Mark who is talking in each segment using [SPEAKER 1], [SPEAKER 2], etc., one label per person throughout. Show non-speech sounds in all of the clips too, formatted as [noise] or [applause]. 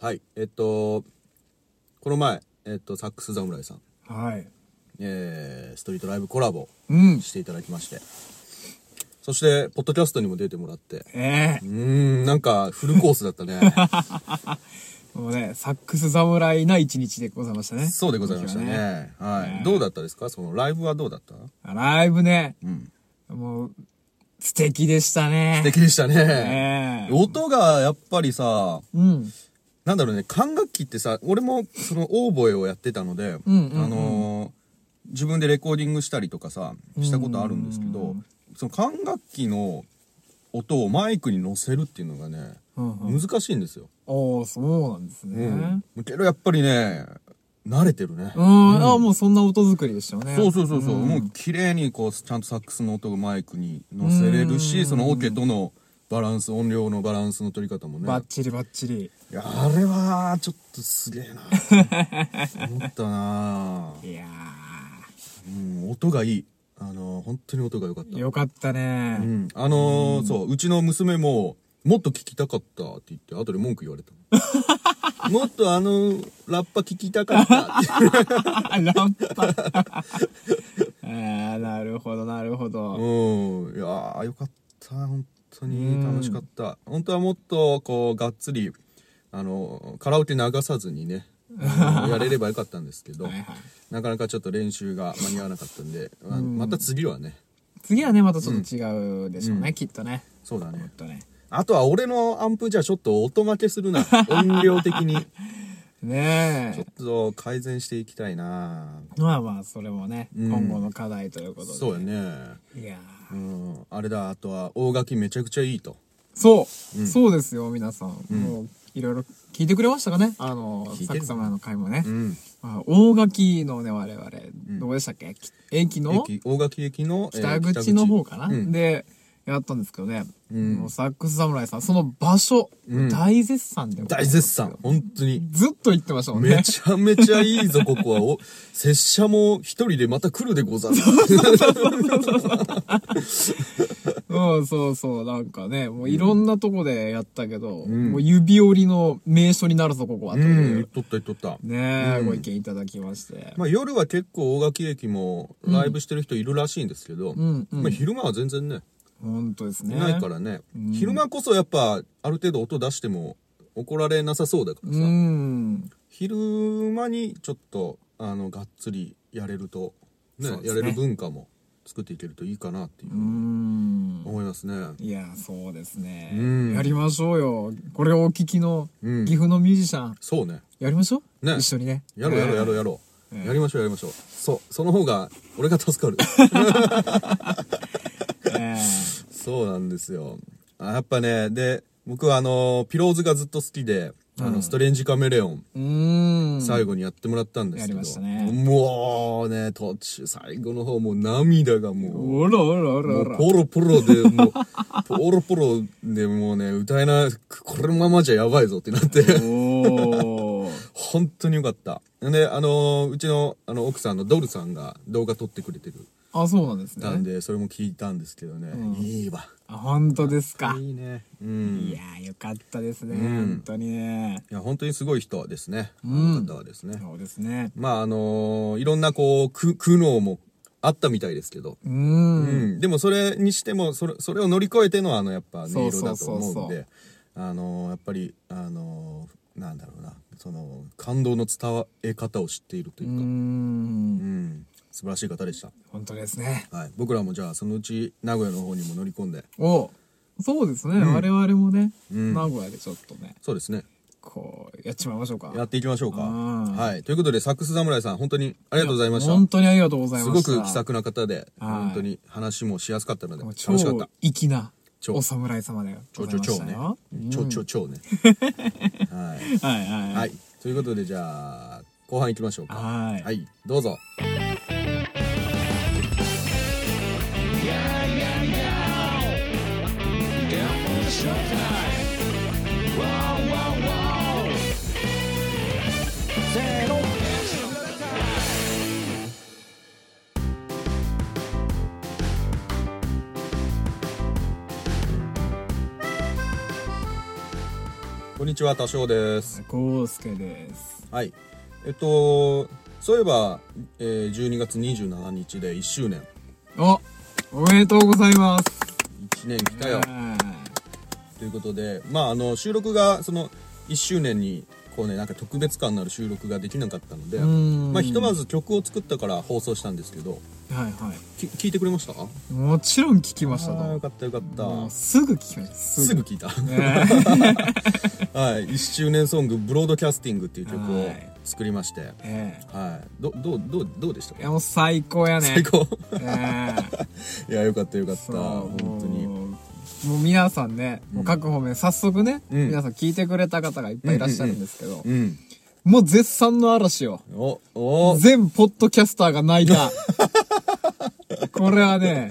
[SPEAKER 1] はいえっとこの前、えっと、サックス侍さん、
[SPEAKER 2] はい。
[SPEAKER 1] えーストリートライブコラボ
[SPEAKER 2] うん。
[SPEAKER 1] していただきまして、そしてポッドキャストにも出てもらって
[SPEAKER 2] ええ
[SPEAKER 1] うーんなんかフルコースだった [laughs] ね
[SPEAKER 2] もうね、サックス侍な一日でございましたね。
[SPEAKER 1] そうでございましたね
[SPEAKER 2] 今日は
[SPEAKER 1] はい、どうだったですかそのライブはどうだった
[SPEAKER 2] あライブね、
[SPEAKER 1] ん
[SPEAKER 2] もう、素敵でしたね。
[SPEAKER 1] 素敵でしたね
[SPEAKER 2] ねえ
[SPEAKER 1] 音がやっぱりさ
[SPEAKER 2] うん。
[SPEAKER 1] なんだろうね管楽器ってさ俺もそのオーボエをやってたので、
[SPEAKER 2] んうんうん
[SPEAKER 1] あのー自分でレコーディングしたりとかさしたことあるんですけど、その管楽器の音をマイクに乗せるっていうのがね、
[SPEAKER 2] うん
[SPEAKER 1] 難しいんですよ、
[SPEAKER 2] おー、そうなんですね。う
[SPEAKER 1] うん
[SPEAKER 2] ん。
[SPEAKER 1] けどやっぱりね慣れてるね、
[SPEAKER 2] あもうそんな音作りでしたよね。
[SPEAKER 1] そうそうそうそう、もう綺麗にこうちゃんとサックスの音がマイクに乗せれるし、そのオケとのバランス音量のバランスの取り方もね
[SPEAKER 2] バッチリバッチリ。
[SPEAKER 1] いやあれはちょっとすげえな思ったない
[SPEAKER 2] や
[SPEAKER 1] うん音がいいあの本当に音が良かっ
[SPEAKER 2] ー、
[SPEAKER 1] た
[SPEAKER 2] よかった
[SPEAKER 1] う
[SPEAKER 2] ね。
[SPEAKER 1] んあのーそううちの娘ももっと聞きたかったって言って後で文句言われたもっとあの [laughs] ラッパ聞きたかったって
[SPEAKER 2] [laughs] ランパ。 [laughs] あー、なるほど、なるほど。
[SPEAKER 1] うんいやーよかった本当に楽しかった本当はもっとこうがっつりあのカラオケ流さずにねあのやれればよかったんですけど [laughs]
[SPEAKER 2] はいはい。
[SPEAKER 1] なかなかちょっと練習が間に合わなかったんで、まあまた次はね
[SPEAKER 2] 次はね、またちょっと違うでしょうね、きっとね。
[SPEAKER 1] そうだね
[SPEAKER 2] もっとね。
[SPEAKER 1] あとは俺のアンプじゃちょっと音負けす
[SPEAKER 2] [laughs]
[SPEAKER 1] るな。音量的に。
[SPEAKER 2] ね
[SPEAKER 1] ち
[SPEAKER 2] え。
[SPEAKER 1] ょっと改善していきたいな
[SPEAKER 2] まあまあ、それもね、
[SPEAKER 1] ん
[SPEAKER 2] 今後の課題ということで。
[SPEAKER 1] そうやね。
[SPEAKER 2] いやー
[SPEAKER 1] うん。あれだ、あとは大垣めちゃくちゃいいと。
[SPEAKER 2] そう、そうですよ、皆さん。もう、いろいろ聞いてくれましたかねあの
[SPEAKER 1] 聞、いて
[SPEAKER 2] サ
[SPEAKER 1] る
[SPEAKER 2] ク様の回もね。
[SPEAKER 1] うん。
[SPEAKER 2] まあ大垣のね、我々、どこでしたっけき駅の
[SPEAKER 1] 駅、大垣駅の、えー
[SPEAKER 2] 北口の方かな、
[SPEAKER 1] うん
[SPEAKER 2] で、やったんですけどね。もうサックス侍さん、その場所、大絶賛でござい
[SPEAKER 1] 大
[SPEAKER 2] ます
[SPEAKER 1] 絶賛。本当に。
[SPEAKER 2] ずっと言ってましたもんね。
[SPEAKER 1] めちゃめちゃいい
[SPEAKER 2] [laughs]
[SPEAKER 1] ぞ、ここは。お、拙者も一人でまた来るでご
[SPEAKER 2] [laughs]
[SPEAKER 1] ざる。
[SPEAKER 2] うん、そうそう、なんかね、もういろんなとこでやったけど、もう指折りの名所になるぞ、ここは、と
[SPEAKER 1] う
[SPEAKER 2] い
[SPEAKER 1] ん。言っ
[SPEAKER 2] う。
[SPEAKER 1] とった言っとった。
[SPEAKER 2] ねえ、ご意見いただきまして。
[SPEAKER 1] まあ夜は結構大垣駅もライブしてる人いるらしいんですけど、
[SPEAKER 2] んうん
[SPEAKER 1] まあ昼間は全然ね、
[SPEAKER 2] ほんとですね。
[SPEAKER 1] いないからね、昼間こそやっぱある程度音出しても怒られなさそうだからさ、
[SPEAKER 2] うん。
[SPEAKER 1] 昼間にちょっとあのがっつりやれると、ね
[SPEAKER 2] そうで
[SPEAKER 1] や
[SPEAKER 2] すね
[SPEAKER 1] れる文化も作っていけるといいかなっていう、
[SPEAKER 2] うん。
[SPEAKER 1] 思いますね
[SPEAKER 2] いや、そうですね。
[SPEAKER 1] うん
[SPEAKER 2] やりましょうよ。これをお聞きの
[SPEAKER 1] うん
[SPEAKER 2] 岐阜のミュージシャン、
[SPEAKER 1] そうね
[SPEAKER 2] やりましょう、
[SPEAKER 1] ね
[SPEAKER 2] 一緒にね。
[SPEAKER 1] やろうやろうやろうやろう、やりましょうやりましょうそうその方が俺が助かる
[SPEAKER 2] ええ
[SPEAKER 1] そうなんですよあやっぱねで僕はあのピローズがずっと好きであの、ストレンジカメレオン
[SPEAKER 2] うん。
[SPEAKER 1] 最後にやってもらったんですけど、
[SPEAKER 2] やりましたね
[SPEAKER 1] もうね途中最後の方もう涙がもう。
[SPEAKER 2] おらおらおら
[SPEAKER 1] も
[SPEAKER 2] お
[SPEAKER 1] う
[SPEAKER 2] ら。
[SPEAKER 1] ポロポロで、もう、ポロポロでもうね、歌えなく、これのままじゃやばいぞってなって、
[SPEAKER 2] おー。
[SPEAKER 1] 本当によかった。で、あの、うちの、あの、奥さんのドルさんが動画撮ってくれてる、
[SPEAKER 2] あ、そうなんです
[SPEAKER 1] なん
[SPEAKER 2] ね。
[SPEAKER 1] で、それも聞いたんですけどね、いいわ。
[SPEAKER 2] あ、ほんとですか。
[SPEAKER 1] いいね。うん。
[SPEAKER 2] いやー、よかったですね。本当にね。
[SPEAKER 1] いや、本当にすごい人ですね。あの方はですね。
[SPEAKER 2] そうですね。
[SPEAKER 1] まあ、あのいろんな、こう、苦苦悩もあったみたいですけど、
[SPEAKER 2] う。
[SPEAKER 1] うんん、でもそれにしてもそれそれを乗り越えてのあのやっぱ音色だと
[SPEAKER 2] そう
[SPEAKER 1] 思う
[SPEAKER 2] そ
[SPEAKER 1] ん
[SPEAKER 2] うそうそ
[SPEAKER 1] であのーやっぱりあのーなんだろうなその感動の伝え方を知っているといううか、
[SPEAKER 2] ん
[SPEAKER 1] うん。素晴らしい方でした、
[SPEAKER 2] 本当ですね。
[SPEAKER 1] はい、僕らもじゃあそのうち名古屋の方にも乗り込んで
[SPEAKER 2] おそうですね。我々もね、
[SPEAKER 1] ん
[SPEAKER 2] 名古屋でちょっとね、
[SPEAKER 1] そうですね
[SPEAKER 2] こう、やっちまいましょうか。
[SPEAKER 1] やっていきましょうか、
[SPEAKER 2] うん
[SPEAKER 1] はい、ということでサックス侍さん本当にありがとうございました
[SPEAKER 2] 本当にありがとうござい
[SPEAKER 1] す
[SPEAKER 2] まし
[SPEAKER 1] ご
[SPEAKER 2] た。
[SPEAKER 1] く気さくな方で
[SPEAKER 2] はい
[SPEAKER 1] 本当に話もしやすかったので
[SPEAKER 2] もう
[SPEAKER 1] 楽しか
[SPEAKER 2] 超
[SPEAKER 1] った
[SPEAKER 2] 粋な
[SPEAKER 1] 超
[SPEAKER 2] お侍様だよ。
[SPEAKER 1] ちょちょちょねちょちょちょねはい
[SPEAKER 2] はいはい
[SPEAKER 1] は
[SPEAKER 2] はい
[SPEAKER 1] い。ということで、じゃあ、後半行きましょうか。
[SPEAKER 2] はい
[SPEAKER 1] どうぞ。こんにちは多少です
[SPEAKER 2] ゴースケです。
[SPEAKER 1] はいえっとそういえば、えー、12月27日で1周年
[SPEAKER 2] おおめでとうございます。
[SPEAKER 1] 1年来たよ、
[SPEAKER 2] はい
[SPEAKER 1] ということでまああの収録がその1周年にこうねなんか特別感のある収録ができなかったので
[SPEAKER 2] うん
[SPEAKER 1] まあひとまず曲を作ったから放送したんですけど
[SPEAKER 2] はいは
[SPEAKER 1] き聞いてくれましたあ
[SPEAKER 2] い。もちろん聞きました
[SPEAKER 1] あーよか
[SPEAKER 2] と。
[SPEAKER 1] ったよかった
[SPEAKER 2] もうすぐ聞きました。
[SPEAKER 1] すぐ。聞いた
[SPEAKER 2] ね
[SPEAKER 1] [laughs] はい1周年ソング「ブロードキャスティング」っていう曲を
[SPEAKER 2] はい
[SPEAKER 1] 作りましてはい、
[SPEAKER 2] え
[SPEAKER 1] どどうどうどうでした
[SPEAKER 2] えいやもう最高やね。
[SPEAKER 1] 最高 [laughs]
[SPEAKER 2] ええ
[SPEAKER 1] いやよかったよかった
[SPEAKER 2] そう
[SPEAKER 1] 本当に
[SPEAKER 2] もうもう皆さんね、もう各方面早速ね、
[SPEAKER 1] うん
[SPEAKER 2] 皆さん聞いてくれた方がいっぱいいらっしゃるんですけど、
[SPEAKER 1] うん
[SPEAKER 2] もう絶賛の嵐よ。
[SPEAKER 1] おお
[SPEAKER 2] 全ポッドキャスターが泣
[SPEAKER 1] [laughs]
[SPEAKER 2] いた。これはね、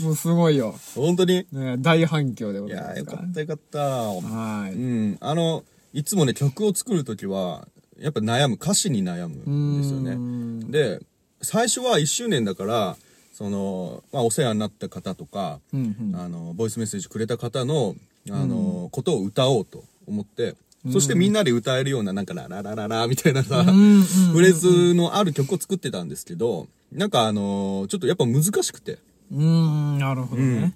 [SPEAKER 2] もうすごいよ。
[SPEAKER 1] 本当に
[SPEAKER 2] ね、大反響でご
[SPEAKER 1] い
[SPEAKER 2] ざいま
[SPEAKER 1] や
[SPEAKER 2] す
[SPEAKER 1] よ
[SPEAKER 2] か。
[SPEAKER 1] からったよかった
[SPEAKER 2] は
[SPEAKER 1] う
[SPEAKER 2] い。
[SPEAKER 1] んあのいつもね曲を作る時はやっぱ悩む歌詞に悩むんですよ
[SPEAKER 2] うー
[SPEAKER 1] ねで最初は1周年だからその、まあ、お世話になった方とか、
[SPEAKER 2] うんうん。
[SPEAKER 1] あのボイスメッセージくれた方のあの、ことを歌おうと思ってそしてみんなで歌えるようななんかラララララみたいなさ、
[SPEAKER 2] うんうん。
[SPEAKER 1] フレーズのある曲を作ってたんですけどなんかあのちょっとやっぱ難しくて
[SPEAKER 2] うん、なるほどね。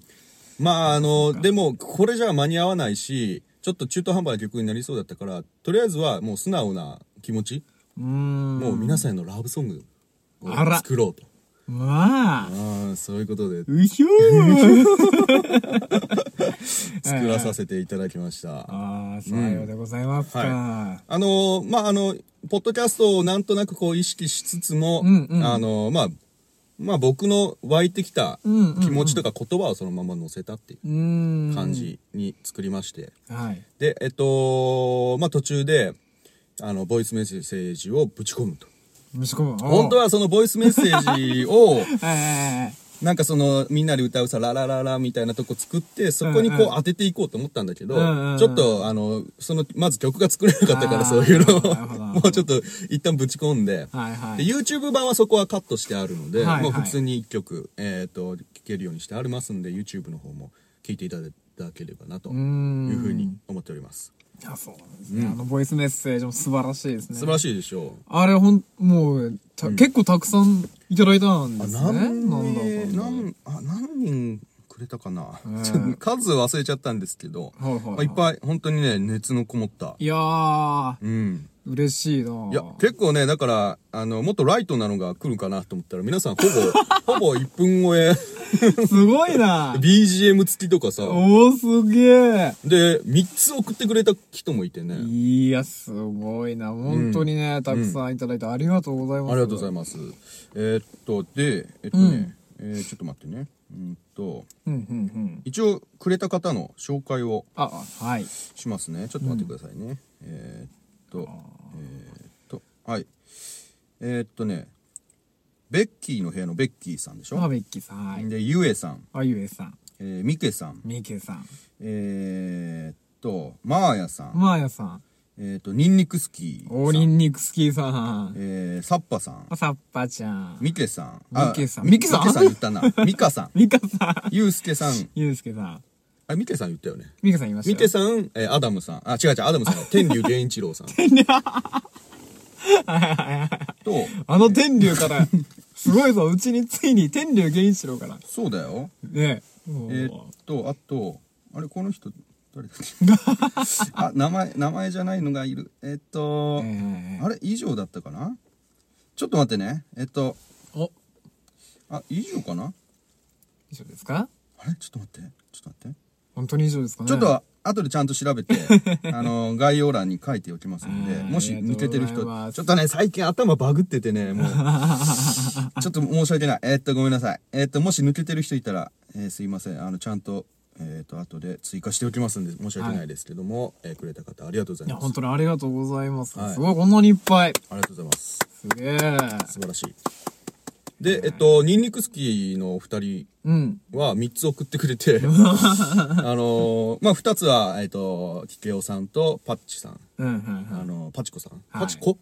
[SPEAKER 1] まああのでもこれじゃ間に合わないしちょっと中途半端な曲になりそうだったからとりあえずはもう素直な気持ち、
[SPEAKER 2] うん。
[SPEAKER 1] もう皆さんへのラブソングを
[SPEAKER 2] あら
[SPEAKER 1] 作ろうと
[SPEAKER 2] まあ、
[SPEAKER 1] ああそういうことで
[SPEAKER 2] うひょ
[SPEAKER 1] [laughs]
[SPEAKER 2] ー
[SPEAKER 1] 作らさせていただきました。
[SPEAKER 2] ああ、さようでございますか。
[SPEAKER 1] はあのーまあ、あの、ポッドキャストをなんとなくこう意識しつつも、
[SPEAKER 2] うんうん
[SPEAKER 1] あのーまあ、まあ僕の湧いてきた
[SPEAKER 2] うんうんうん
[SPEAKER 1] 気持ちとか言葉をそのまま載せたっていう
[SPEAKER 2] ー。
[SPEAKER 1] うん感。じに作りまして。
[SPEAKER 2] はい。
[SPEAKER 1] で、えっと、まあ途中で、あの、ボイスメッセージをぶち込むと。
[SPEAKER 2] 息子も。
[SPEAKER 1] 本当はそのボイスメッセージ
[SPEAKER 2] [laughs]
[SPEAKER 1] を、
[SPEAKER 2] え
[SPEAKER 1] なんかそのみんなで歌うさ、ララララみたいなとこ作って、そこにこう当てていこうと思ったんだけど、
[SPEAKER 2] うんうんうん
[SPEAKER 1] ちょっとあの、その、まず曲が作れなかったか
[SPEAKER 2] あ
[SPEAKER 1] ら
[SPEAKER 2] ー
[SPEAKER 1] そういうの
[SPEAKER 2] なるほど
[SPEAKER 1] を、 [laughs] もうちょっと一旦ぶち込んで、
[SPEAKER 2] えはいは
[SPEAKER 1] で
[SPEAKER 2] い。
[SPEAKER 1] YouTube 版はそこはカットしてあるので、
[SPEAKER 2] はいはい
[SPEAKER 1] もう普通に1曲、えっ、と、聴けるようにしてありますんで、YouTube の方も聴いていただければなという
[SPEAKER 2] ー。
[SPEAKER 1] うんふうに思っております。
[SPEAKER 2] あ、そうなんですね。あの、ボイスメッセージも素晴らしいですね。
[SPEAKER 1] 素晴らしいでしょう。
[SPEAKER 2] あれほん、もう、た結構たくさんいただいたんですね。
[SPEAKER 1] 何
[SPEAKER 2] なんだ
[SPEAKER 1] 名
[SPEAKER 2] かんだ
[SPEAKER 1] 何あ何人くれたかな、
[SPEAKER 2] ん
[SPEAKER 1] ちょっと [laughs] 数忘れちゃったんですけど、
[SPEAKER 2] はいはいはい
[SPEAKER 1] まあいっぱい本当にね熱のこもった
[SPEAKER 2] いやー、
[SPEAKER 1] うん
[SPEAKER 2] 嬉しいないい
[SPEAKER 1] や結構ねだからあのもっとライトなのが来るかなと思ったら皆さんほぼ [laughs] ほぼ1分超
[SPEAKER 2] [laughs]
[SPEAKER 1] え
[SPEAKER 2] すごいな
[SPEAKER 1] [laughs] BGM 付きとかさ
[SPEAKER 2] おー、すげえ
[SPEAKER 1] で3つ送ってくれた人もいてね
[SPEAKER 2] いや、すごいな。本当にね、たくさんいただいてありがとうございます。
[SPEAKER 1] ありがとうござい
[SPEAKER 2] ま
[SPEAKER 1] ますえーっとでえっとね、えーちょっと待ってねうんと
[SPEAKER 2] す。うん、うん、うん。
[SPEAKER 1] 一応くれた方の紹介を
[SPEAKER 2] あ、あはい。
[SPEAKER 1] しますねちょっと待ってくださいね、えーっとえーっとはいえーっとねベッキーの部屋のベッキーさんでし
[SPEAKER 2] マー
[SPEAKER 1] ょ
[SPEAKER 2] ベッキーさん、はい。
[SPEAKER 1] でゆえさん、
[SPEAKER 2] あゆえさん、
[SPEAKER 1] えー、ミケさん
[SPEAKER 2] みけさん、
[SPEAKER 1] えー、っとマーヤさん
[SPEAKER 2] まーやさん、
[SPEAKER 1] えー、っとニンニクスキー
[SPEAKER 2] おりんにくすきさん、
[SPEAKER 1] えー、サッパさん
[SPEAKER 2] さっぱちゃん、
[SPEAKER 1] ミケさんあ
[SPEAKER 2] ミケさん
[SPEAKER 1] ミケさん
[SPEAKER 2] ミケさん
[SPEAKER 1] 言 [laughs] ったなミカさん
[SPEAKER 2] みかさん、
[SPEAKER 1] ユウスケさん
[SPEAKER 2] ゆうすけさん、
[SPEAKER 1] あミケさん言ったよね
[SPEAKER 2] みかさんいました
[SPEAKER 1] ミ
[SPEAKER 2] よ。
[SPEAKER 1] ケさん、えー、アダムさんあ違う違うアダムさんじゃない天竜 [laughs] 源一郎さんと
[SPEAKER 2] あの天竜から、すごいぞ、うちについに天竜源一郎から。
[SPEAKER 1] そうだよ
[SPEAKER 2] ねえ。
[SPEAKER 1] えーっとあとあれこの人誰だっけ [laughs] あ名前名前じゃないのがいるえーっと、
[SPEAKER 2] えー
[SPEAKER 1] あれ以上だったかなちょっと待ってねえーっと
[SPEAKER 2] お、
[SPEAKER 1] あ以上かな
[SPEAKER 2] 以上ですか
[SPEAKER 1] あれちょっと待ってちょっと待って、
[SPEAKER 2] 本当に以上ですかね
[SPEAKER 1] ちょっと後でちゃんと調べ
[SPEAKER 2] [laughs]
[SPEAKER 1] てあの概要欄に書いておきますので
[SPEAKER 2] あー
[SPEAKER 1] もし
[SPEAKER 2] ありがとう
[SPEAKER 1] 抜
[SPEAKER 2] ござ
[SPEAKER 1] け
[SPEAKER 2] います
[SPEAKER 1] てる人ちょっとね最近頭バグっててね
[SPEAKER 2] [laughs]
[SPEAKER 1] もうちょっと申し訳ないえーっとごめんなさいえーっともし抜けてる人いたら、えーすいませんあのちゃんとえーっと後で追加しておきますんで申し訳ないですけども、えーくれた方ありがとうござ
[SPEAKER 2] い
[SPEAKER 1] い
[SPEAKER 2] や、
[SPEAKER 1] ま
[SPEAKER 2] 本
[SPEAKER 1] す
[SPEAKER 2] 当にありがとうございます。
[SPEAKER 1] はい
[SPEAKER 2] すごい、こんなにいっぱい。
[SPEAKER 1] ありがとうございます
[SPEAKER 2] すげえ。
[SPEAKER 1] 素晴らしいでえっとニンニクスキーのお二人
[SPEAKER 2] うん。
[SPEAKER 1] は3つ送ってくれて、
[SPEAKER 2] [laughs]
[SPEAKER 1] あのーまあ2つは、えっ、と、キケオさんとパッチさん、
[SPEAKER 2] うん、うん、うん。
[SPEAKER 1] あのーパチコさん、
[SPEAKER 2] はい
[SPEAKER 1] パチコ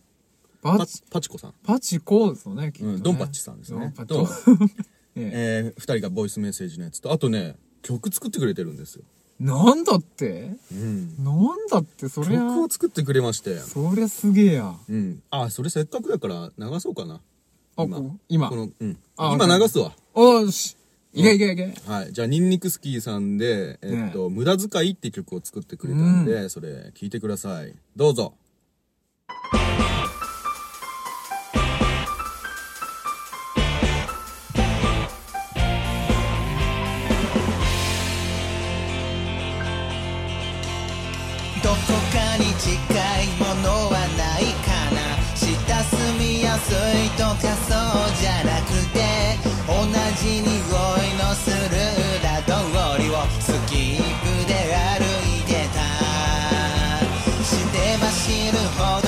[SPEAKER 2] パ
[SPEAKER 1] パ
[SPEAKER 2] チ、
[SPEAKER 1] パチコさん、
[SPEAKER 2] パチコですよね、きっとね
[SPEAKER 1] うん、ドンパッチさんですね。
[SPEAKER 2] ドンパ
[SPEAKER 1] と
[SPEAKER 2] [laughs] ッチ。ええ
[SPEAKER 1] え2人がボイスメッセージのやつと、あとね、曲作ってくれてるんですよ。
[SPEAKER 2] なんだって
[SPEAKER 1] うん。
[SPEAKER 2] なんだってそりゃ
[SPEAKER 1] 曲を作ってくれまして。
[SPEAKER 2] そりゃすげえや
[SPEAKER 1] うん。あ、それせっかくだから流そうかな。
[SPEAKER 2] あ
[SPEAKER 1] 今
[SPEAKER 2] こ今
[SPEAKER 1] この、うん。
[SPEAKER 2] あ
[SPEAKER 1] 今流すわ。
[SPEAKER 2] あしいけいけいけ
[SPEAKER 1] はい。じゃあ、ニンニクスキーさんで、えっと、無駄遣いって曲を作ってくれたんで、それ聞いてください。どうぞ。
[SPEAKER 3] どこかに近いものはないかな親すみやすいとかそうじゃなくて同じ匂いのする裏通りをスキップで歩いてたして走るほど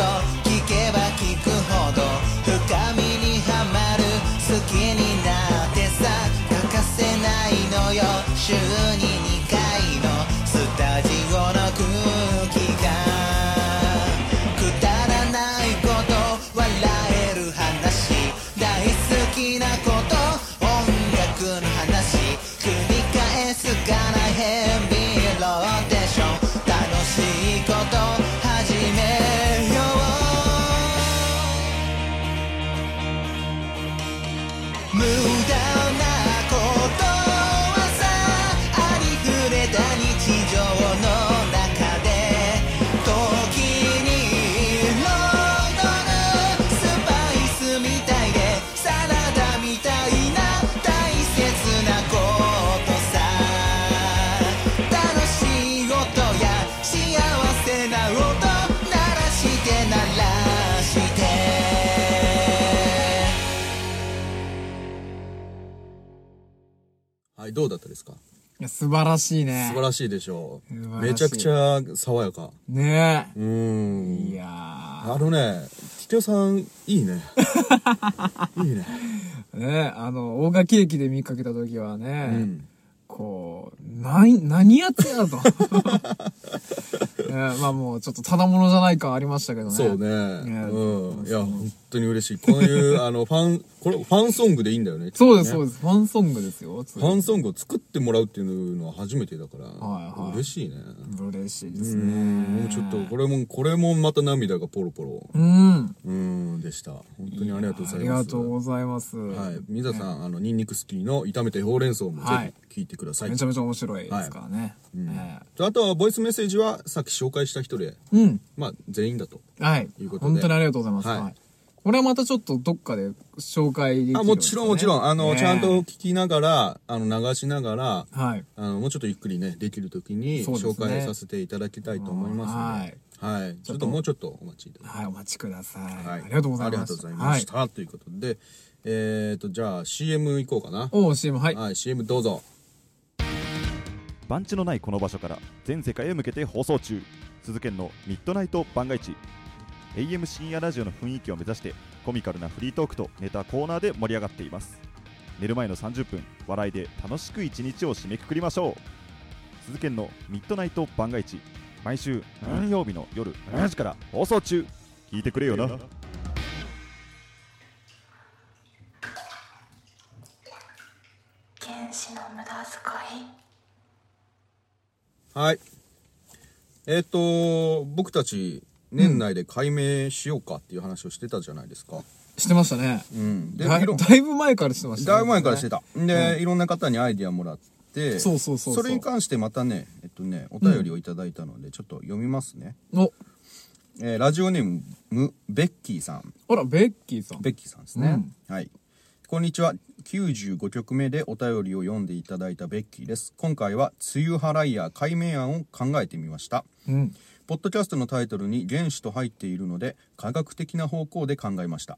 [SPEAKER 3] 聞けば聞くほど深みにはまる好きになってさ欠かせないのよ週に2回のスタジオの空気がくだらないこと笑える話大好きなこと音楽の話繰り返すから変微ローテーション楽しいこと始めよう無駄なことはさありふれた日常の中で時に彩るスパイスみたいでサラダみたいな大切なことさ楽しい音や幸せな音鳴らして鳴らして
[SPEAKER 1] はい、どうだったですか
[SPEAKER 2] いや素晴らしい
[SPEAKER 1] 素
[SPEAKER 2] ね
[SPEAKER 1] 晴らしいでしょう。
[SPEAKER 2] 素晴らしい
[SPEAKER 1] めちゃくちゃ爽やか。
[SPEAKER 2] ね
[SPEAKER 1] う
[SPEAKER 2] え
[SPEAKER 1] ん。
[SPEAKER 2] いや
[SPEAKER 1] あのね、キキョさん、いいね。いいね。
[SPEAKER 2] ーねえあの大垣駅で見かけた時はね、
[SPEAKER 1] うん。
[SPEAKER 2] こう、何、何やってんだと。 [laughs] えーまあもう、ちょっとただものじゃない感ありましたけどね。
[SPEAKER 1] そうね。
[SPEAKER 2] ね
[SPEAKER 1] うん。いや、本当に嬉しい。こういう、あの、ファン、 [laughs] これ、ファンソングでいいんだよね。
[SPEAKER 2] そうです、
[SPEAKER 1] ね
[SPEAKER 2] そうです。ファンソングですよ。
[SPEAKER 1] ファンソングを作ってもらうっていうのは初めてだから、
[SPEAKER 2] はいはい
[SPEAKER 1] 嬉しいね。
[SPEAKER 2] 嬉しいです
[SPEAKER 1] う
[SPEAKER 2] ね。
[SPEAKER 1] ん、もうちょっと、これも、これもまた涙がポロポロ、
[SPEAKER 2] うん。
[SPEAKER 1] うん、でした。本当にありがとうご
[SPEAKER 2] あ
[SPEAKER 1] ざい
[SPEAKER 2] り
[SPEAKER 1] ます。
[SPEAKER 2] がとうございます。
[SPEAKER 1] はい。水田さん、あの、ニンニクスキーの炒めてほうれん草も
[SPEAKER 2] は
[SPEAKER 1] ぜ
[SPEAKER 2] い
[SPEAKER 1] ひ聞いてください。
[SPEAKER 2] めちゃめちゃ面白いですからね。え
[SPEAKER 1] あとは、ボイスメッセージは、さっき紹介した人で、
[SPEAKER 2] ーうん。
[SPEAKER 1] まあ、全員だと。
[SPEAKER 2] はい
[SPEAKER 1] いうことで
[SPEAKER 2] 本当にありがとうございます。
[SPEAKER 1] はい
[SPEAKER 2] はいこれはまたちょっとどっかで紹介できるよ
[SPEAKER 1] あ、
[SPEAKER 2] うに
[SPEAKER 1] もちろんもちろん、あの、
[SPEAKER 2] ね
[SPEAKER 1] ちゃんと聞きながら、あの、流しながら、
[SPEAKER 2] はい。
[SPEAKER 1] あの、もうちょっとゆっくりね、できるときに、
[SPEAKER 2] そうですね
[SPEAKER 1] 紹介させていただきたいと思いますので、はい。ちょっともうちょっとお待ちいただき
[SPEAKER 2] はい、お待ちください。
[SPEAKER 1] は
[SPEAKER 2] ありがとうございました。
[SPEAKER 1] ありがとうございました。ということで、えーと、じゃあ CM 行こうかな。
[SPEAKER 2] はい、おー、CM、はい。
[SPEAKER 1] はい、CM どうぞ。
[SPEAKER 4] 番地のないこの場所から全世界へ向けて放送中鈴研のミッドナイト番外地 AM 深夜ラジオの雰囲気を目指してコミカルなフリートークとネタコーナーで盛り上がっています寝る前の30分笑いで楽しく一日を締めくくりましょう鈴研のミッドナイト番外地毎週何曜日の夜7時から放送中聞いてくれよな
[SPEAKER 5] 剣士の無駄遣い
[SPEAKER 1] はい。えーと、僕たち、年内で解明しようかっていう話をしてたじゃないですか。
[SPEAKER 2] してましたね。
[SPEAKER 1] うん。で、
[SPEAKER 2] だ
[SPEAKER 1] い
[SPEAKER 2] い
[SPEAKER 1] ろん
[SPEAKER 2] だいぶ前からしてましたね。
[SPEAKER 1] だいぶ前からしてた。で、いろんな方にアイディアもらって、
[SPEAKER 2] そうそうそうそう
[SPEAKER 1] れに関してまたね、えっとね、お便りをいただいたので、ちょっと読みますね。
[SPEAKER 2] お、
[SPEAKER 1] えーラジオネーム、むベッキーさん。
[SPEAKER 2] あら、ベッキーさん。
[SPEAKER 1] ベッキーさんですね。はい。こんにちは。95曲目でお便りを読んでいただいたベッキーです。今回は、梅雨払いや解明案を考えてみました。
[SPEAKER 2] うん。
[SPEAKER 1] ポッドキャストのタイトルに原子と入っているので、科学的な方向で考えました。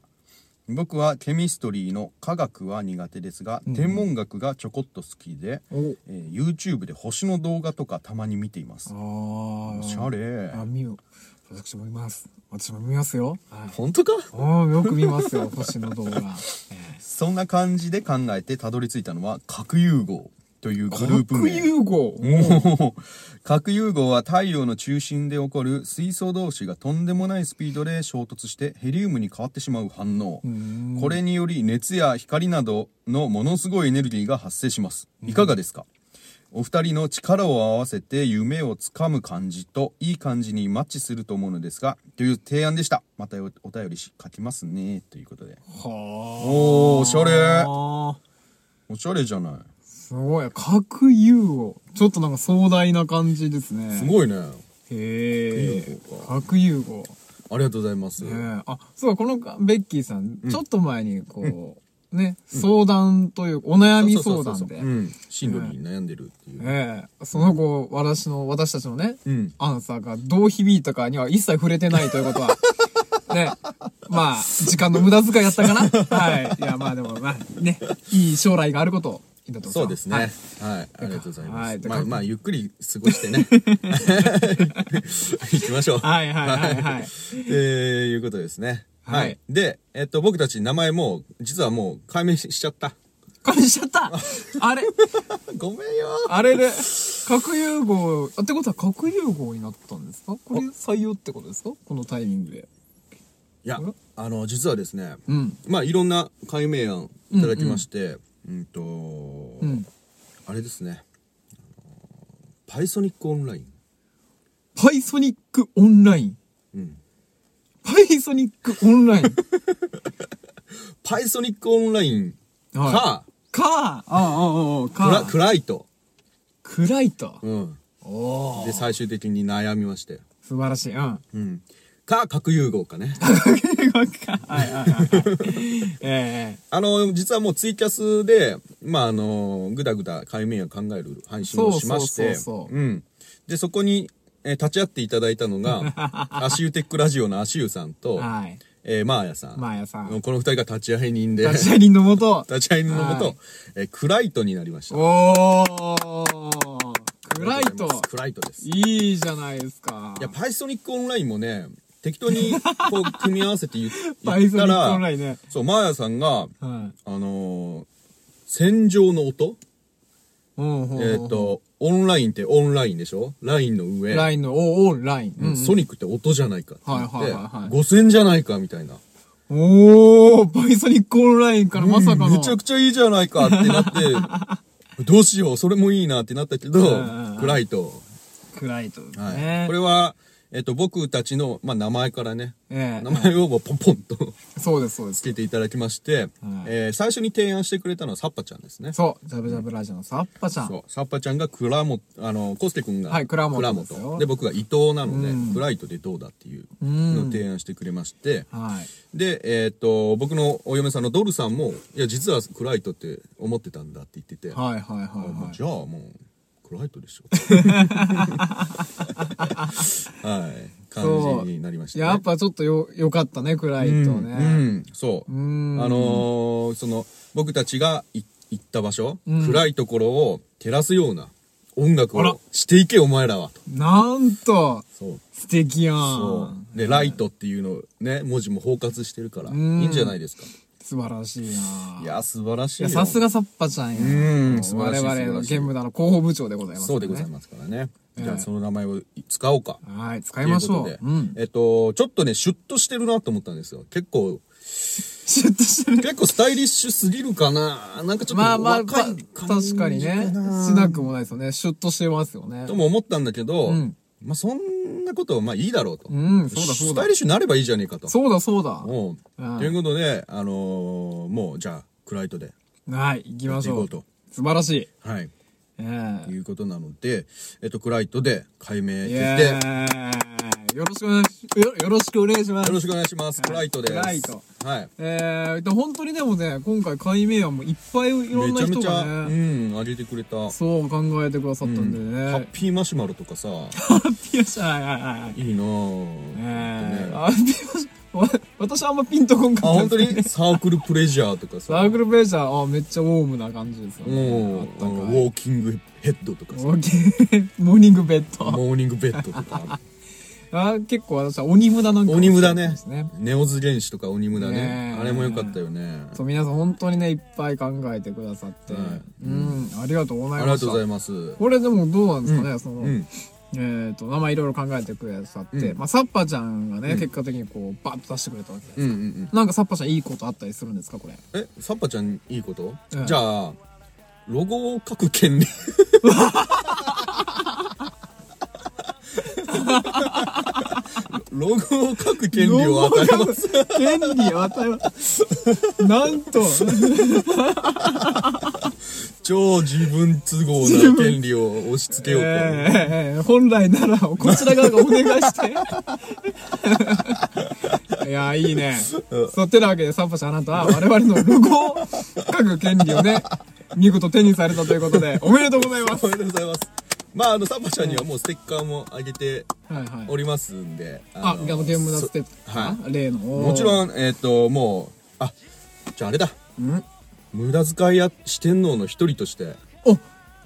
[SPEAKER 1] 僕はケミストリーの科学は苦手ですが、天文学がちょこっと好きで、
[SPEAKER 2] お
[SPEAKER 1] えー YouTube で星の動画とかたまに見ています。
[SPEAKER 2] あ
[SPEAKER 1] お
[SPEAKER 2] あ。
[SPEAKER 1] しゃれ
[SPEAKER 2] あ、見よ。私も見ます。私も見ますよ。はい。
[SPEAKER 1] 本当か
[SPEAKER 2] ああ、よく見ま
[SPEAKER 1] [laughs]
[SPEAKER 2] すよ、星の動画。え
[SPEAKER 1] そんな感じで考えてたどり着いたのは核融合というグルー
[SPEAKER 2] ー
[SPEAKER 1] プ名
[SPEAKER 2] 核融合。
[SPEAKER 1] おー核融合は太陽の中心で起こる水素同士がとんでもないスピードで衝突してヘリウムに変わってしまう反応これにより熱や光などのものすごいエネルギーが発生しますいかがですかお二人の力を合わせて夢をつかむ感じといい感じにマッチすると思うのですがという提案でしたまたおお便りし書きますねということで
[SPEAKER 2] はあ。
[SPEAKER 1] おーおしゃれ
[SPEAKER 2] あー
[SPEAKER 1] おしゃれじゃない
[SPEAKER 2] すごい。各優を。ちょっとなんか壮大な感じですね。
[SPEAKER 1] すごいね
[SPEAKER 2] へえ
[SPEAKER 1] 核融合。
[SPEAKER 2] 核融合。
[SPEAKER 1] ありがとうございます、
[SPEAKER 2] ねえあ、そうか、このベッキーさん、ちょっと前にこう、ね、相談という、お悩み相談で
[SPEAKER 1] う。ん進路に悩んでるっていう、
[SPEAKER 2] ええその後、私の、私たちのね、
[SPEAKER 1] うん
[SPEAKER 2] アンサーがどう響いたかには一切触れてないというこ
[SPEAKER 1] [laughs]
[SPEAKER 2] とは、ね、まあ、時間の無駄遣いやったかなはい。いや、まあでも、まあ、ね、いい将来があることを祈ってます
[SPEAKER 1] そうですね。
[SPEAKER 2] は
[SPEAKER 1] はいい。ありがとうございま
[SPEAKER 2] はい
[SPEAKER 1] す。
[SPEAKER 2] て
[SPEAKER 1] ま
[SPEAKER 2] か
[SPEAKER 1] あ、まあ、ゆっくり過ごして
[SPEAKER 2] [laughs]
[SPEAKER 1] ね。行きましょう。
[SPEAKER 2] はいはいはいはい
[SPEAKER 1] ということですね。
[SPEAKER 2] は
[SPEAKER 1] は
[SPEAKER 2] い
[SPEAKER 1] い。で、えっと、僕たち名前も、実はもう解明しちゃった。 [laughs]
[SPEAKER 2] これしちゃったあれ
[SPEAKER 1] ごめんよ
[SPEAKER 2] あれで、核融合、あってことは核融合になったんですかこれ採用ってことですかこのタイミングで。
[SPEAKER 1] いや
[SPEAKER 2] あら、
[SPEAKER 1] あの、実はですね、
[SPEAKER 2] うん。
[SPEAKER 1] まあ、いろんな解明案いただきまして、うんと
[SPEAKER 2] う、ん。
[SPEAKER 1] あれですね。あのパイソニックオンライン。
[SPEAKER 2] パイソニックオンライン。
[SPEAKER 1] うん。
[SPEAKER 2] パイソニックオンライン。
[SPEAKER 1] パイソニックオンライン
[SPEAKER 2] は
[SPEAKER 1] [laughs] か、
[SPEAKER 2] い。か、ああ、ああ、
[SPEAKER 1] クラ
[SPEAKER 2] か、
[SPEAKER 1] クライト。
[SPEAKER 2] クライト。
[SPEAKER 1] うん。
[SPEAKER 2] おお。
[SPEAKER 1] で、最終的に悩みまして。
[SPEAKER 2] 素晴らしい。うん。
[SPEAKER 1] うん。か、核融合かね。 [laughs]
[SPEAKER 2] 英 [laughs] 語か。はいはい [laughs] はい。ええ
[SPEAKER 1] あの、実はもうツイキャスで、まあ、あの、ぐだぐだ解明を考える配信をしまして、
[SPEAKER 2] そうそうそうそう
[SPEAKER 1] うん。で、そこに、えー立ち会っていただいたの
[SPEAKER 2] [laughs]
[SPEAKER 1] が、アシューテックラジオのアシューさんと、
[SPEAKER 2] はい。
[SPEAKER 1] えーマーヤさん。
[SPEAKER 2] マーヤさん
[SPEAKER 1] この二人が立ち会い人で、
[SPEAKER 2] 立
[SPEAKER 1] [laughs] 立
[SPEAKER 2] ち上りのもと。
[SPEAKER 1] ち会い人のこ
[SPEAKER 2] は
[SPEAKER 1] と
[SPEAKER 2] い、
[SPEAKER 1] えークライトになりました。
[SPEAKER 2] おお。クライト。
[SPEAKER 1] クライトです。い
[SPEAKER 2] いいじゃないですか。
[SPEAKER 1] や、パイソニックオンラインもね、適当に、こう、組み合わせて
[SPEAKER 2] [laughs]
[SPEAKER 1] 言っ
[SPEAKER 2] パイ
[SPEAKER 1] 言っ
[SPEAKER 2] ソニ
[SPEAKER 1] た
[SPEAKER 2] ックオンラ
[SPEAKER 1] ら、
[SPEAKER 2] インね。
[SPEAKER 1] そう、マーヤさんが、
[SPEAKER 2] はい。
[SPEAKER 1] あのー戦場の音
[SPEAKER 2] うんうんうん
[SPEAKER 1] えっ、と、オンラインってオンラインでしょラインの上。
[SPEAKER 2] ラインの、おお、ライン。うんうん
[SPEAKER 1] ソニックって音じゃないかって言って、
[SPEAKER 2] はいはいはいはい
[SPEAKER 1] 5000じゃないかみたいな。
[SPEAKER 2] おー、パイソニックオンラインからまさかの。
[SPEAKER 1] めちゃくちゃいいじゃないかってな
[SPEAKER 2] [laughs]
[SPEAKER 1] って、どうしよう、それもいいなってなったけど
[SPEAKER 2] うんうんうん、
[SPEAKER 1] 暗いと。
[SPEAKER 2] クライトです
[SPEAKER 1] はい。
[SPEAKER 2] ね。
[SPEAKER 1] これは、えっと、僕たちの、まあ、名前からね、
[SPEAKER 2] ええ
[SPEAKER 1] 名前をもうポンポンと
[SPEAKER 2] [laughs] そうです、そうで
[SPEAKER 1] つ
[SPEAKER 2] す。
[SPEAKER 1] けていただきまして、えー最初に提案してくれたのはサッパちゃんですね。
[SPEAKER 2] そう、ジャブジャブラジオのサッパちゃん。
[SPEAKER 1] そう。サッパちゃんが倉本、あの、コステ君が。
[SPEAKER 2] はい倉本ですよ
[SPEAKER 1] 倉本で、僕が伊藤なので、フライトでどうだっていうのを提案してくれまして。
[SPEAKER 2] はい。
[SPEAKER 1] で、えーっと、僕のお嫁さんのドルさんも、いや、実はクライトって思ってたんだって言ってて。
[SPEAKER 2] はいはいはい
[SPEAKER 1] あもう
[SPEAKER 2] はい。
[SPEAKER 1] じゃあもう、クライトで
[SPEAKER 2] [laughs]
[SPEAKER 1] しょ。はい。感じになりました、ね。
[SPEAKER 2] やっぱちょっとよ、良かったね、クライトね。
[SPEAKER 1] うん、うんそう。
[SPEAKER 2] ん
[SPEAKER 1] あのーその、僕たちがい行った場所、暗いところを照らすような音楽
[SPEAKER 2] あら
[SPEAKER 1] をしていけ、お前らは。と。
[SPEAKER 2] なんと、
[SPEAKER 1] そう。
[SPEAKER 2] 素敵や
[SPEAKER 1] そ
[SPEAKER 2] ん。
[SPEAKER 1] う。で、ライトっていうの、ね、文字も包括してるから、い
[SPEAKER 2] ん
[SPEAKER 1] いんじゃないですか。
[SPEAKER 2] 素晴らしいな。
[SPEAKER 1] いや、素晴らしい
[SPEAKER 2] い
[SPEAKER 1] よ。
[SPEAKER 2] や、さすがサッパちゃんや。
[SPEAKER 1] うん素晴
[SPEAKER 2] 我
[SPEAKER 1] らしい
[SPEAKER 2] 々のゲーム団の広報部長でございます、
[SPEAKER 1] そうでござい
[SPEAKER 2] す。
[SPEAKER 1] ますからね。じゃあ、その名前を使おうか。
[SPEAKER 2] はい、使
[SPEAKER 1] とい
[SPEAKER 2] いま
[SPEAKER 1] う
[SPEAKER 2] し
[SPEAKER 1] こ
[SPEAKER 2] ょ
[SPEAKER 1] と
[SPEAKER 2] う
[SPEAKER 1] で。
[SPEAKER 2] うん。
[SPEAKER 1] えっと、ちょっとね、シュッとしてるなと思ったんですよ。結構、
[SPEAKER 2] シュッとしてる。
[SPEAKER 1] 結構スタイリッシュすぎるかななんかちょっと
[SPEAKER 2] まあ
[SPEAKER 1] 若い
[SPEAKER 2] まあ、
[SPEAKER 1] 感じ
[SPEAKER 2] た確かにね。しなくもないですよね。シュッとしてますよね
[SPEAKER 1] と。も思ったんだけど、
[SPEAKER 2] ん
[SPEAKER 1] まあそんなことはまあいいだろうと。
[SPEAKER 2] うん、そうだそ
[SPEAKER 1] ス
[SPEAKER 2] う
[SPEAKER 1] タ
[SPEAKER 2] だ
[SPEAKER 1] イ。リッシュになればいいじゃねえかと。
[SPEAKER 2] そうだそうだ。
[SPEAKER 1] もう
[SPEAKER 2] うん
[SPEAKER 1] ということで、あのーもうじゃあ、クライトで。
[SPEAKER 2] はい、行きましょ
[SPEAKER 1] やっ
[SPEAKER 2] う
[SPEAKER 1] ていこ。
[SPEAKER 2] 素晴らしい。
[SPEAKER 1] はい。
[SPEAKER 2] ええ
[SPEAKER 1] いうことなので、えっと、クライトで解明
[SPEAKER 2] イ
[SPEAKER 1] 決定。
[SPEAKER 2] エ
[SPEAKER 1] よ
[SPEAKER 2] ーイよろしくお願いし、 [laughs] よよろしくお願いします。
[SPEAKER 1] ろしくお願いします。クライトです。
[SPEAKER 2] クライト
[SPEAKER 1] はい。
[SPEAKER 2] ええで本当にでもね、今回解明案もいっぱいいろ
[SPEAKER 1] め
[SPEAKER 2] んな
[SPEAKER 1] ちゃめ
[SPEAKER 2] 人
[SPEAKER 1] ちゃ、
[SPEAKER 2] が
[SPEAKER 1] う
[SPEAKER 2] ね、
[SPEAKER 1] ん、あげてくれた。ハ
[SPEAKER 2] そう考えてくださったんでね。
[SPEAKER 1] ッピーマシュマロと
[SPEAKER 2] [laughs]
[SPEAKER 1] かさ、
[SPEAKER 2] ハッピーしはいはいはいはい。
[SPEAKER 1] いいなぁ。
[SPEAKER 2] ええ
[SPEAKER 1] ね
[SPEAKER 2] ハッピーわ私あんまピンとこんか
[SPEAKER 1] あ、
[SPEAKER 2] った
[SPEAKER 1] 本
[SPEAKER 2] んで
[SPEAKER 1] 当
[SPEAKER 2] すけど。
[SPEAKER 1] にサークルプレジャーとか
[SPEAKER 2] サ
[SPEAKER 1] さ
[SPEAKER 2] ー、クルプレジャー、あめっちゃウォームな感じですよ
[SPEAKER 1] もう
[SPEAKER 2] ね。
[SPEAKER 1] あのウ
[SPEAKER 2] い。
[SPEAKER 1] ォーキングヘッドとかさ、
[SPEAKER 2] 大きいモー [laughs] ニングベッド。
[SPEAKER 1] モーニングベッドとか、
[SPEAKER 2] あ結構私は鬼無駄なんかも
[SPEAKER 1] 鬼無駄
[SPEAKER 2] 好きなん
[SPEAKER 1] ね
[SPEAKER 2] ですね。
[SPEAKER 1] ネオズ原始とか鬼無駄
[SPEAKER 2] ね
[SPEAKER 1] ね
[SPEAKER 2] え。
[SPEAKER 1] あれも良かったよね。
[SPEAKER 2] そう皆さん本当にねいっぱい考えてくださって、
[SPEAKER 1] はい
[SPEAKER 2] うん、ありがとうご
[SPEAKER 1] あ
[SPEAKER 2] ざい
[SPEAKER 1] りが
[SPEAKER 2] まし
[SPEAKER 1] とう
[SPEAKER 2] た
[SPEAKER 1] ございます。
[SPEAKER 2] これでもどうなんですかね、その、
[SPEAKER 1] うん。
[SPEAKER 2] えっ、と名前いろいろ考えてくださって、
[SPEAKER 1] うん
[SPEAKER 2] まあサッパちゃんがね、結果的にこうバッと出してくれたわけで、
[SPEAKER 1] うんうんうん。
[SPEAKER 2] なんかサッパちゃんいいことあったりするんですかこれ
[SPEAKER 1] え、サッパちゃんいいこと
[SPEAKER 2] うん
[SPEAKER 1] じゃあ、ロゴを書く権利。ロゴを書く権利を与えます。
[SPEAKER 2] 権利を与えます。なんと、
[SPEAKER 1] 超自分都合な権利を押し付けようと。
[SPEAKER 2] えー本来ならこちら側がお願い
[SPEAKER 1] [laughs]
[SPEAKER 2] して。いやー、いいね。そう、てなわけで、サンパシャあなたは我々のロゴを書く権利をね、見事手にされたということで、おめでとうございます。
[SPEAKER 1] おめでとうございます。まあ、あの、サンパちゃんにはもうステッカーもあげて
[SPEAKER 2] はいはい
[SPEAKER 1] お。りますんで。
[SPEAKER 2] あ、
[SPEAKER 1] の
[SPEAKER 2] ゲームだステップ。
[SPEAKER 1] そは
[SPEAKER 2] あ例の。
[SPEAKER 1] い。
[SPEAKER 2] も
[SPEAKER 1] もち
[SPEAKER 2] ん。
[SPEAKER 1] ろん、えっ、と、もう、あ、じゃああれだ。
[SPEAKER 2] ん
[SPEAKER 1] 無駄遣いや四天王の一人として、
[SPEAKER 2] お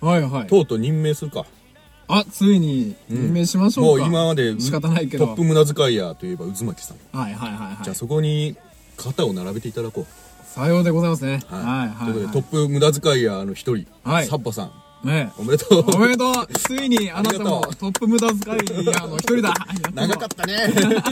[SPEAKER 2] はいはい。
[SPEAKER 1] とうとう任命するか。
[SPEAKER 2] あ、ついに任命しまし
[SPEAKER 1] も
[SPEAKER 2] ょう
[SPEAKER 1] う
[SPEAKER 2] か。
[SPEAKER 1] 今まで
[SPEAKER 2] 仕方ないけ
[SPEAKER 1] トッ
[SPEAKER 2] ど
[SPEAKER 1] プ。無駄遣いやといえば渦巻さん、
[SPEAKER 2] はいはいはいは
[SPEAKER 1] じゃあ
[SPEAKER 2] い。
[SPEAKER 1] そこに肩を並べていただこう
[SPEAKER 2] さようでございますね。はいはい
[SPEAKER 1] ということ
[SPEAKER 2] はい。
[SPEAKER 1] でトップ無駄遣いやの一人、
[SPEAKER 2] はい
[SPEAKER 1] サッパさん
[SPEAKER 2] ねえ
[SPEAKER 1] おめでとう
[SPEAKER 2] おめでとうついにあなたも
[SPEAKER 1] ありがとう
[SPEAKER 2] トップ無駄遣いやの一人だ
[SPEAKER 1] 長かったね、
[SPEAKER 2] ね
[SPEAKER 1] [laughs]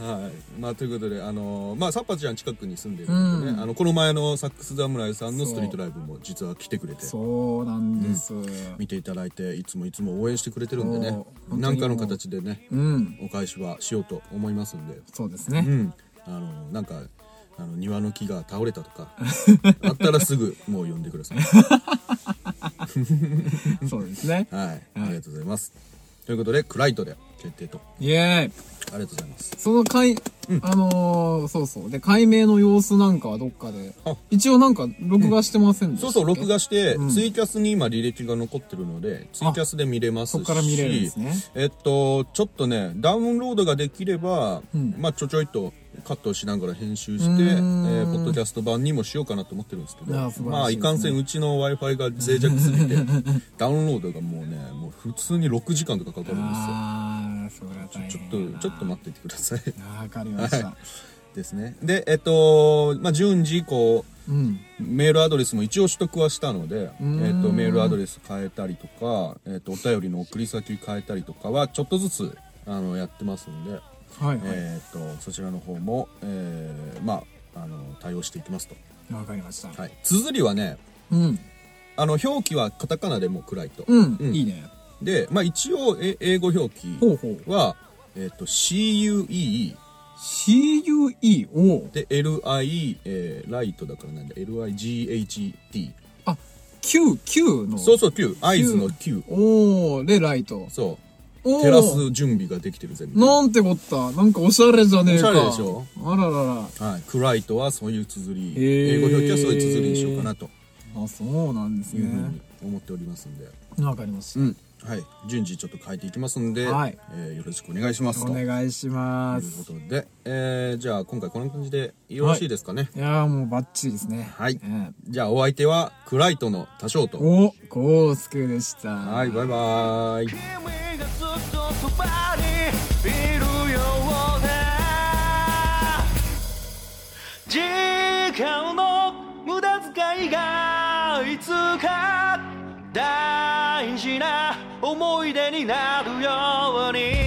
[SPEAKER 1] はいまあ、ということで、あのーまあ、サッパちゃん近くに住んでるんでね、
[SPEAKER 2] うん
[SPEAKER 1] あのこの前のサックス侍さんのストリートライブも実は来てくれ
[SPEAKER 2] え
[SPEAKER 1] て
[SPEAKER 2] そうなんです。
[SPEAKER 1] 見ていただいていつもいつも応援してくれてるんで
[SPEAKER 2] そう
[SPEAKER 1] ね
[SPEAKER 2] 本当に
[SPEAKER 1] 何かの形でね
[SPEAKER 2] うん。
[SPEAKER 1] お返しはしようと思いますんで
[SPEAKER 2] そうです
[SPEAKER 1] う
[SPEAKER 2] ね。
[SPEAKER 1] ん、あのなんかあの庭の木が倒れたと
[SPEAKER 2] [laughs]
[SPEAKER 1] かあったらすぐもう呼んでください。
[SPEAKER 2] そうですね。
[SPEAKER 1] はい、ありがとうございます。ということでクライトで決定と
[SPEAKER 2] イェーイ
[SPEAKER 1] ありがとうございます。
[SPEAKER 2] その解、あのー、そうそう。で、解明の様子なんかはどっかで
[SPEAKER 1] あ。
[SPEAKER 2] 一応なんか録画してませんでした
[SPEAKER 1] そ
[SPEAKER 2] っ
[SPEAKER 1] うそ
[SPEAKER 2] け
[SPEAKER 1] う録画して、
[SPEAKER 2] うん
[SPEAKER 1] ツイキャスに今履歴が残ってるのでツイキャスで見れますし
[SPEAKER 2] そっから見れるんですね
[SPEAKER 1] えっとちょっとねダウンロードができれば、
[SPEAKER 2] うん
[SPEAKER 1] まあちょちょいとカットしながら編集して、
[SPEAKER 2] う
[SPEAKER 1] え
[SPEAKER 2] ーん
[SPEAKER 1] ーポッドキャスト版にもしようかなと思ってるんですけど
[SPEAKER 2] いや素晴らしいですね
[SPEAKER 1] まあいかんせんうちの w i f i が脆弱すぎて [laughs] ダウンロードがもうねもう普通に6時間とかかかるんですよ。
[SPEAKER 2] あー、それは大
[SPEAKER 1] ちょ
[SPEAKER 2] 変
[SPEAKER 1] っ
[SPEAKER 2] や
[SPEAKER 1] と
[SPEAKER 2] な
[SPEAKER 1] ちょっと待っててください
[SPEAKER 2] わかり
[SPEAKER 1] [laughs]
[SPEAKER 2] ました。
[SPEAKER 1] ですねでえっと、まあ、順次こう
[SPEAKER 2] うん。
[SPEAKER 1] メールアドレスも一応取得はしたので、え
[SPEAKER 2] ん
[SPEAKER 1] ー、とメールアドレス変えたりとか、えー、とお便りの送り先変えたりとかはちょっとずつあのやってますんで、
[SPEAKER 2] はいはい。
[SPEAKER 1] えー、とそちらの方も、えーまあ、あの対応していきますと、
[SPEAKER 2] わかりました。
[SPEAKER 1] はい、綴りはね
[SPEAKER 2] うん。
[SPEAKER 1] あの表記はカタカナでもくらいと、
[SPEAKER 2] うん。
[SPEAKER 1] うん
[SPEAKER 2] いいね。
[SPEAKER 1] で、まあ、一応え英語表記
[SPEAKER 2] ほうほう。
[SPEAKER 1] は、えー、と CUE
[SPEAKER 2] CUE を、
[SPEAKER 1] で LI、えーライトだからなんだ LIGHT
[SPEAKER 2] あ、QQ の。
[SPEAKER 1] そうそう Q 合図の Q
[SPEAKER 2] おー、で、ライト。
[SPEAKER 1] そう
[SPEAKER 2] おー
[SPEAKER 1] 照らす準備ができてるぜみたいな
[SPEAKER 2] なんてこった。なんかおしゃれじゃねえか。
[SPEAKER 1] おしゃれでしょ
[SPEAKER 2] あららら。
[SPEAKER 1] はい、クライトはそういう綴り、
[SPEAKER 2] へー
[SPEAKER 1] 英語表記はそういう綴りにしようかなと
[SPEAKER 2] あ、そうなんです
[SPEAKER 1] いうふう
[SPEAKER 2] ね
[SPEAKER 1] に。思っておりますんで、
[SPEAKER 2] わかりまし
[SPEAKER 1] うんはい、順次ちょっと変えていきますんで、
[SPEAKER 2] はい
[SPEAKER 1] えーよろしくお願いします
[SPEAKER 2] た。
[SPEAKER 1] と
[SPEAKER 2] お
[SPEAKER 1] いう
[SPEAKER 2] 願いします。
[SPEAKER 1] ことで、えーじゃあ今回こんな感じでよろしいですかね、
[SPEAKER 2] いやーもうバッチリですね。
[SPEAKER 1] はい
[SPEAKER 2] え
[SPEAKER 1] じゃあお相手はクライトの多少
[SPEAKER 2] え
[SPEAKER 1] と
[SPEAKER 2] お、コースケでした。
[SPEAKER 1] はいバイバイ
[SPEAKER 3] 君がずっとそばにいるような時間の無駄遣いがいつか大事な思い出になるように